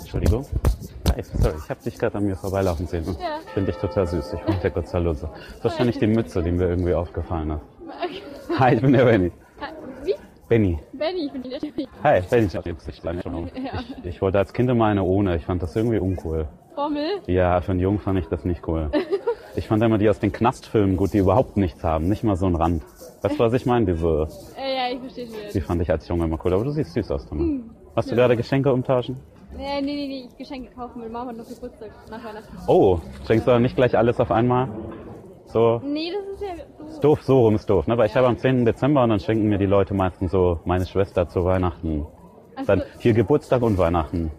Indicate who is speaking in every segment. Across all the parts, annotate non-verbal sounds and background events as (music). Speaker 1: Entschuldigung. Nice, sorry, ich habe dich gerade an mir vorbeilaufen sehen. und
Speaker 2: Ja.
Speaker 1: Finde dich total süß. Ich mag dir kurz Hallo. sagen. Das ist wahrscheinlich die Mütze, die mir irgendwie aufgefallen ist. Hi, ich bin der Benny.
Speaker 2: (laughs) Wie?
Speaker 1: Benny.
Speaker 2: Benny, ich bin die Nette.
Speaker 1: Hi, Benny. Ich hab die Gesicht lange schon um.
Speaker 2: Ja.
Speaker 1: Ich, ich wollte als Kind immer eine ohne. Ich fand das irgendwie uncool.
Speaker 2: Formel.
Speaker 1: Ja, für einen Jungen fand ich das nicht
Speaker 2: (laughs)
Speaker 1: cool. Ich fand immer die aus den Knastfilmen gut, die überhaupt nichts haben. Nicht mal so einen Rand. Weißt du, was ich meine? Diese,
Speaker 2: Äh, ja, ich verstehe schon.
Speaker 1: die
Speaker 2: jetzt.
Speaker 1: fand ich als Junge immer cool. Aber du siehst süß aus, Thomas.
Speaker 2: Hm.
Speaker 1: Hast du gerade Geschenke um umtauschen?
Speaker 2: Nee, nee, nee, nee, ich Geschenke kaufen. Meine Mama hat noch Geburtstag nach Weihnachten.
Speaker 1: Oh, schenkst du dann nicht gleich alles auf einmal? So,
Speaker 2: Nee, das ist ja so.
Speaker 1: doof, so rum ist doof, ne? Weil ich habe am 10. Dezember und dann schenken mir die Leute meistens so meine Schwester zu Weihnachten.
Speaker 2: Ach so,
Speaker 1: Dann hier Geburtstag und Weihnachten.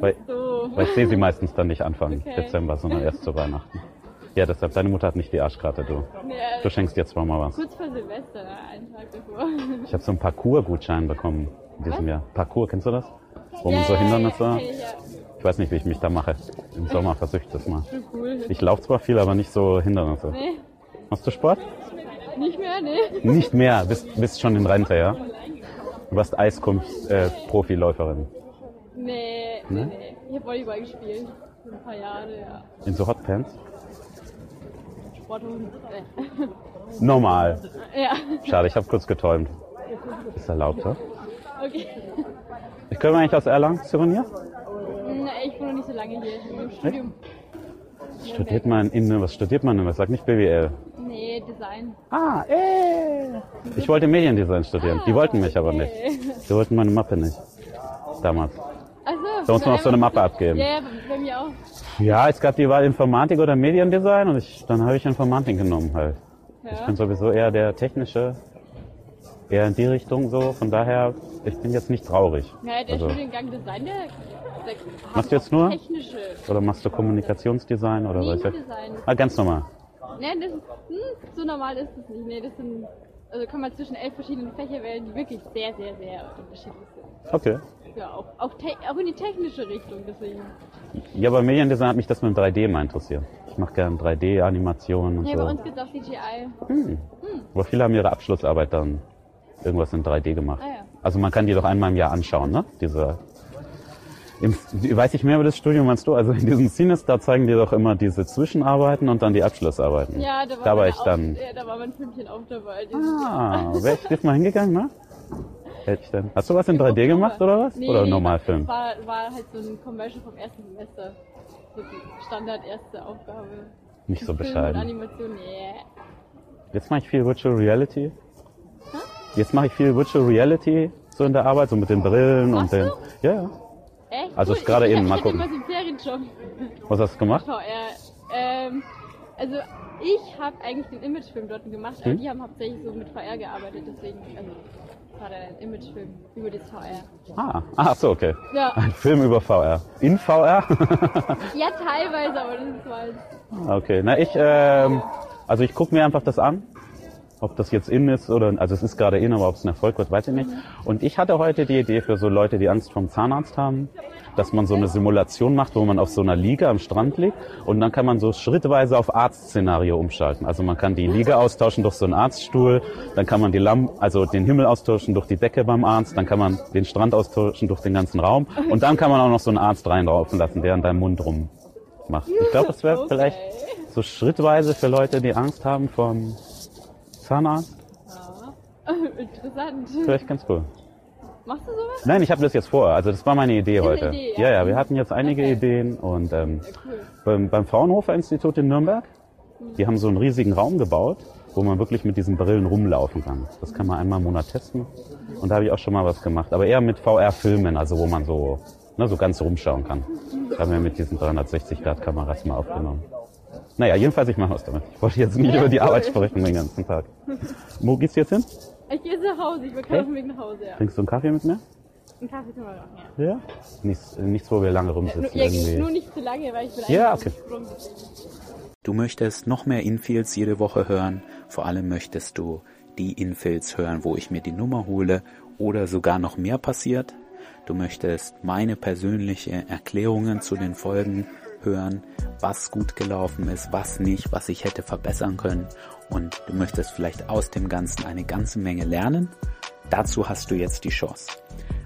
Speaker 1: weil-
Speaker 2: ist so.
Speaker 1: Weil ich sehe sie meistens dann nicht Anfang
Speaker 2: Okay.
Speaker 1: Dezember, sondern erst zu Weihnachten. Ja, deshalb, deine Mutter hat nicht die Arschkarte, du.
Speaker 2: (laughs) Nee, also
Speaker 1: Du schenkst jetzt zweimal was.
Speaker 2: kurz vor Silvester, einen Tag davor.
Speaker 1: Ich habe so einen Parcours-Gutschein bekommen in diesem
Speaker 2: Was?
Speaker 1: Jahr. Parcours, kennst du das? Wo man
Speaker 2: Ja,
Speaker 1: so
Speaker 2: ja,
Speaker 1: Hindernisse.
Speaker 2: Ja, kenn ich, ja.
Speaker 1: Ich weiß nicht, wie ich mich da mache. Im Sommer versuche ich das mal.
Speaker 2: Schon cool.
Speaker 1: Ich laufe zwar viel, aber nicht so Hindernisse.
Speaker 2: Nee,
Speaker 1: Machst du Sport?
Speaker 2: nicht mehr, ne? nee.
Speaker 1: Nicht mehr, bist, bist schon in Rente, ja? Du warst äh, Eiskunst-Profiläuferin.
Speaker 2: Nee,
Speaker 1: Ne?
Speaker 2: nee, nee. Ich habe Volleyball gespielt. Für ein paar Jahre, ja.
Speaker 1: in so Hotpants?
Speaker 2: Sporthosen.
Speaker 1: Normal.
Speaker 2: Nee. (laughs) Ja,
Speaker 1: Schade, ich habe kurz geträumt. Ist erlaubt, oder?
Speaker 2: okay.
Speaker 1: Ich komme eigentlich aus Erlangen, Souvenir.
Speaker 2: Nee, ich bin noch nicht so lange hier. Ich bin im Studium.
Speaker 1: Studiert man in, was studiert man denn? Was sagt nicht BWL?
Speaker 2: Nee, Design.
Speaker 1: Ah, eh. Ich wollte Mediendesign studieren. Die wollten mich aber nicht. Die wollten meine Mappe nicht. Damals.
Speaker 2: Also,
Speaker 1: Da muss man auch so eine Mappe abgeben.
Speaker 2: Ja, ja, bei- bei mir auch.
Speaker 1: Ja, es gab die Wahl Informatik oder Mediendesign und ich, dann habe ich Informatik genommen halt. Ich
Speaker 2: Ja.
Speaker 1: bin sowieso eher der technische, eher in die Richtung so. Von daher, ich bin jetzt nicht traurig.
Speaker 2: Ja, der
Speaker 1: Also,
Speaker 2: Studiengang Design, der, der
Speaker 1: Machst du jetzt nur?
Speaker 2: technische.
Speaker 1: oder machst du Kommunikationsdesign oder was?
Speaker 2: Mediendesign.
Speaker 1: Ah, ganz normal.
Speaker 2: Nee, das ist, hm, so normal ist es nicht. Nee, das sind, also kann man zwischen elf verschiedenen Fächer wählen, die wirklich sehr, sehr, sehr unterschiedlich sind.
Speaker 1: Okay.
Speaker 2: Ja, auch, auch, te- auch in die technische Richtung, deswegen.
Speaker 1: Ja, bei Mediendesign hat mich das mit dem 3D mal interessiert. Ich mache gerne 3D-Animationen und
Speaker 2: Ja, bei
Speaker 1: so.
Speaker 2: uns gibt es auch CGI.
Speaker 1: Aber viele haben ihre Abschlussarbeit dann irgendwas in 3D gemacht.
Speaker 2: Ah, ja.
Speaker 1: Also man kann die doch einmal im Jahr anschauen, ne? Diese. Im, weiß ich mehr über das Studium meinst du? Also in diesem Cinestar zeigen die doch immer diese Zwischenarbeiten und dann die Abschlussarbeiten.
Speaker 2: Ja, da war,
Speaker 1: da war
Speaker 2: man
Speaker 1: ich
Speaker 2: auch,
Speaker 1: dann.
Speaker 2: Ja, da war mein Filmchen auch dabei. Die-
Speaker 1: Ah, wäre ich diesmal hingegangen, ne? Hätte ich denn. Hast du was in 3D gemacht oder was?
Speaker 2: Nee,
Speaker 1: oder
Speaker 2: nee,
Speaker 1: Normalfilm?
Speaker 2: War, war halt so ein Commercial vom ersten Semester. So die Standard erste Aufgabe.
Speaker 1: Nicht so
Speaker 2: Film
Speaker 1: bescheiden.
Speaker 2: Und Animation, nee.
Speaker 1: Jetzt mache ich viel Virtual Reality. Jetzt mache ich viel Virtual Reality so in der Arbeit, so mit den Brillen und
Speaker 2: Machst
Speaker 1: den.
Speaker 2: du?
Speaker 1: Ja, ja.
Speaker 2: Echt?
Speaker 1: Also
Speaker 2: Äh, Cool,
Speaker 1: ist gerade
Speaker 2: ich,
Speaker 1: eben, mal
Speaker 2: ich hatte
Speaker 1: gucken.
Speaker 2: mal so einen Ferienjob. (laughs)
Speaker 1: Was hast du gemacht?
Speaker 2: VR. Ähm, also ich habe eigentlich den Imagefilm dort gemacht, aber
Speaker 1: Hm?
Speaker 2: die haben hauptsächlich so mit VR gearbeitet, deswegen also, war dann ein Imagefilm über das VR.
Speaker 1: Ah, ach so, okay.
Speaker 2: Ja,
Speaker 1: (laughs) Ein Film über VR. In VR?
Speaker 2: ja teilweise, aber das war jetzt-
Speaker 1: okay. Na, ich, ähm, also ich gucke mir einfach das an. Ob das jetzt in ist oder, also es ist gerade in, aber ob es ein Erfolg wird, weiß ich nicht. Und ich hatte heute die Idee für so Leute, die Angst vom Zahnarzt haben, dass man so eine Simulation macht, wo man auf so einer Liege am Strand liegt und dann kann man so schrittweise auf Arztszenario umschalten. Also man kann die Liege austauschen durch so einen Arztstuhl, dann kann man die Lam also den Himmel austauschen durch die Decke beim Arzt, dann kann man den Strand austauschen durch den ganzen Raum und dann kann man auch noch so einen Arzt reinlaufen lassen, der an deinem Mund rum macht. Ich glaube, das wäre
Speaker 2: Okay.
Speaker 1: vielleicht so schrittweise für Leute, die Angst haben vom Zahnarzt,
Speaker 2: ja. (laughs) interessant.
Speaker 1: vielleicht ganz cool.
Speaker 2: Machst du sowas?
Speaker 1: Nein, ich habe das jetzt vor. Also das war meine Idee
Speaker 2: Diese
Speaker 1: heute.
Speaker 2: Idee,
Speaker 1: ja.
Speaker 2: ja.
Speaker 1: ja, wir hatten jetzt einige
Speaker 2: Okay.
Speaker 1: Ideen und ähm,
Speaker 2: Ja, cool.
Speaker 1: beim, beim Fraunhofer Institut in Nürnberg, die haben so einen riesigen Raum gebaut, wo man wirklich mit diesen Brillen rumlaufen kann. Das kann man einmal im Monat testen und da habe ich auch schon mal was gemacht, aber eher mit VR-Filmen, also wo man so ne, so ganz rumschauen kann. Das haben wir mit diesen 360-Grad-Kameras mal aufgenommen. Naja, jedenfalls, ich mache was damit. Ich wollte jetzt nicht
Speaker 2: Ja,
Speaker 1: über die
Speaker 2: cool.
Speaker 1: Arbeit sprechen den ganzen Tag. Wo gehst du jetzt hin?
Speaker 2: Ich gehe jetzt nach Hause, ich bin gerade auf dem Weg nach Hause, ja.
Speaker 1: Trinkst du einen Kaffee mit mir?
Speaker 2: Einen Kaffee können wir machen, ja.
Speaker 1: Ja. Nichts, nichts wo wir lange rumsitzen.
Speaker 2: Nur, ja,
Speaker 1: irgendwie.
Speaker 2: nur nicht zu lange, weil ich bin
Speaker 1: Ja,
Speaker 2: eigentlich
Speaker 1: okay.
Speaker 2: schon gesprungen.
Speaker 3: Du möchtest noch mehr Infills jede Woche hören, vor allem möchtest du die Infills hören, wo ich mir die Nummer hole oder sogar noch mehr passiert. Du möchtest meine persönliche Erklärungen zu den Folgen hören, was gut gelaufen ist, was nicht, was ich hätte verbessern können und du möchtest vielleicht aus dem Ganzen eine ganze Menge lernen. Dazu hast du jetzt die Chance.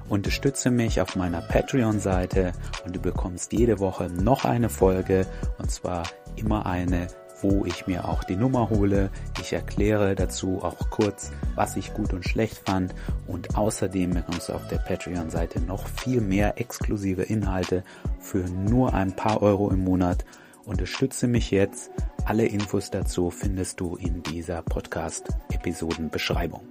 Speaker 3: Unterstütze mich auf meiner Patreon-Seite und du bekommst jede Woche noch eine Folge und zwar immer eine, wo ich mir auch die Nummer hole. Ich erkläre dazu auch kurz, was ich gut und schlecht fand und außerdem bekommst du auf der Patreon-Seite noch viel mehr exklusive Inhalte für nur ein paar Euro im Monat. Unterstütze mich jetzt. Alle Infos dazu findest du in dieser Podcast-Episodenbeschreibung.